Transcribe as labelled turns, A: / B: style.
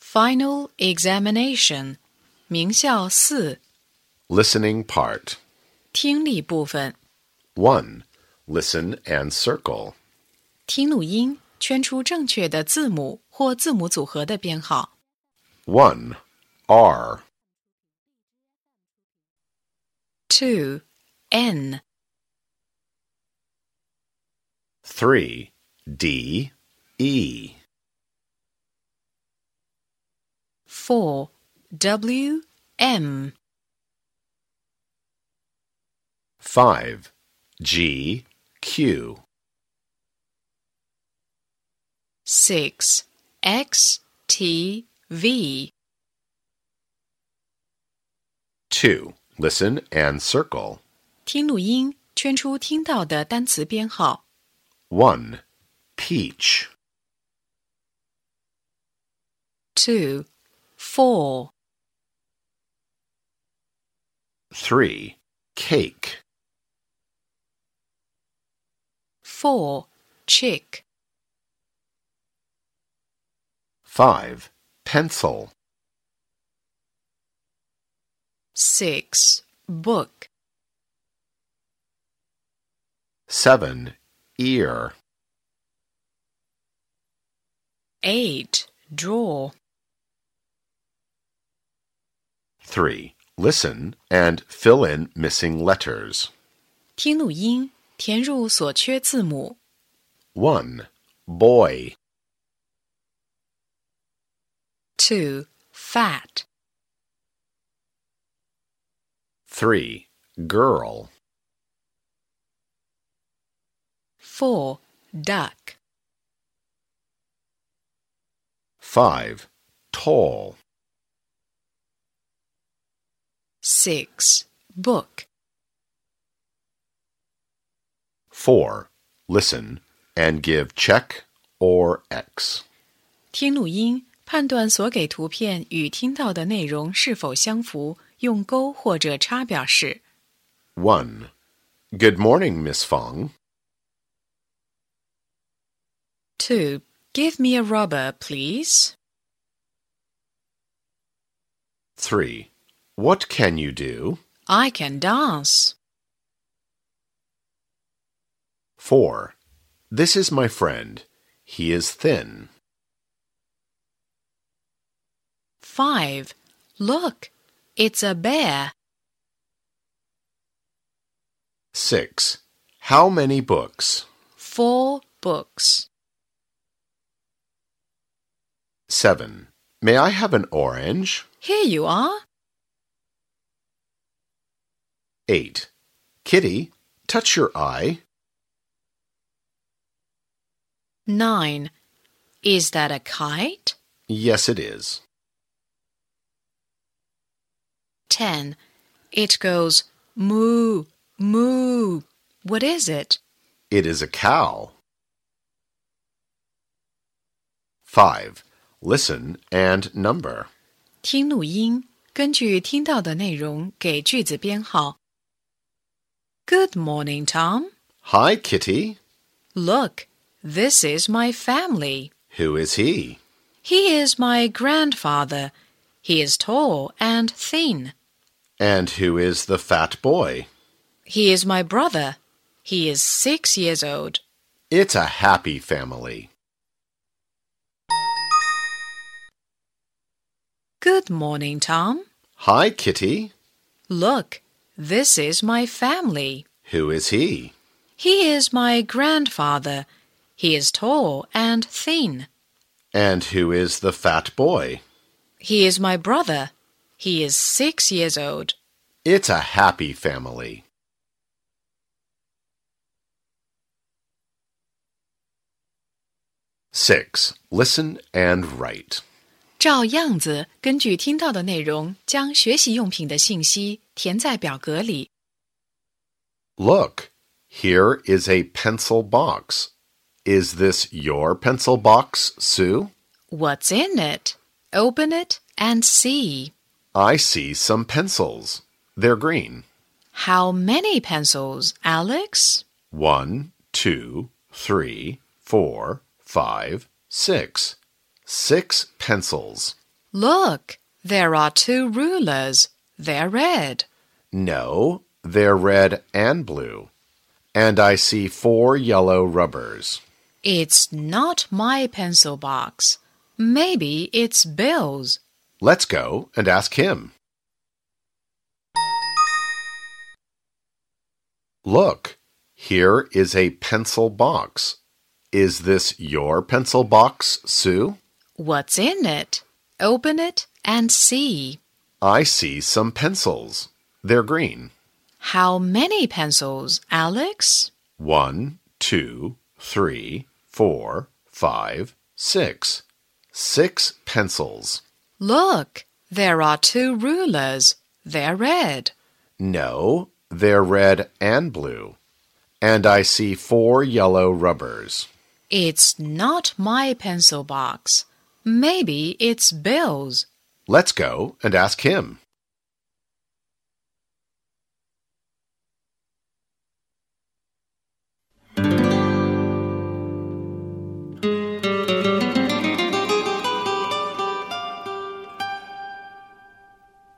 A: Final examination，名校四
B: Listening part.
A: 听力部分，
B: 1. Listen and circle.
A: 听录音，圈出正确的字母或字母组合的编号。
B: 1. R.
A: Two, N,
B: 3. D. E.
A: four, W, M,
B: 5. G. Q.
A: six, X, T, V,
B: 2. Listen and circle.
A: 听录音，圈出听到的单词编号。
B: 1. Peach.
A: Two, four,
B: 3. Cake.
A: four, chick,
B: 5. Pencil.
A: six, book,
B: 7. Ear.
A: eight, draw,
B: 3. Listen and fill in missing letters.
A: 听录音，填入所缺字母。
B: 1. Boy.
A: Two, fat,
B: 3. Girl.
A: four, duck,
B: 5. Tall.
A: six, book,
B: 4. Listen and give check or X.
A: 听录音，判断所给图片与听到的内容是否相符，用勾或者叉表示。
B: 1. Good morning, Miss Fong.
A: Two, give me a rubber, please.
B: 3. What can you do?
A: I can dance.
B: 4. This is my friend. He is thin.
A: Five, look, it's a bear.
B: 6. How many books?
A: Four books.
B: 7. May I have an orange?
A: Here you are.
B: 8. Kitty, touch your eye.
A: Nine, is that a kite?
B: Yes, it is.
A: Ten, it goes moo, moo. What is it?
B: It is a cow. 5. Listen and number.
A: 听录音，根据听到的内容给句子编号。Good morning, Tom.
B: Hi, Kitty.
A: Look, this is my family.
B: Who is he?
A: He is my grandfather. He is tall and thin.
B: And who is the fat boy?
A: He is my brother. He is six years old.
B: It's a happy family.
A: Good morning, Tom.
B: Hi, Kitty.
A: Look, this is my family.
B: Who is he?
A: He is my grandfather. He is tall and thin.
B: And who is the fat boy?
A: He is my brother. He is six years old.
B: It's a happy family. Six. Listen and write.
A: 照样子，根据听到的内容，将学习用品的信息填在表格里。
B: Look, here is a pencil box. Is this your pencil box, Sue?
A: What's in it? Open it and see.
B: I see some pencils. They're green.
A: How many pencils, Alex?
B: One, two, three, four, five, six. Six pencils.
A: Look, there are two rulers. They're red.
B: No, they're red and blue. And I see four yellow rubbers.
A: It's not my pencil box. Maybe it's Bill's.
B: Let's go and ask him. Look, here is a pencil box. Is this your pencil box, Sue?
A: What's in it? Open it and see.
B: I see some pencils. They're green.
A: How many pencils, Alex?
B: One, two, three, four, five, six. Six pencils.
A: Look, there are two rulers. They're red.
B: No, they're red and blue. And I see four yellow rubbers.
A: It's not my pencil box. Maybe it's Bill's.
B: Let's go and ask him.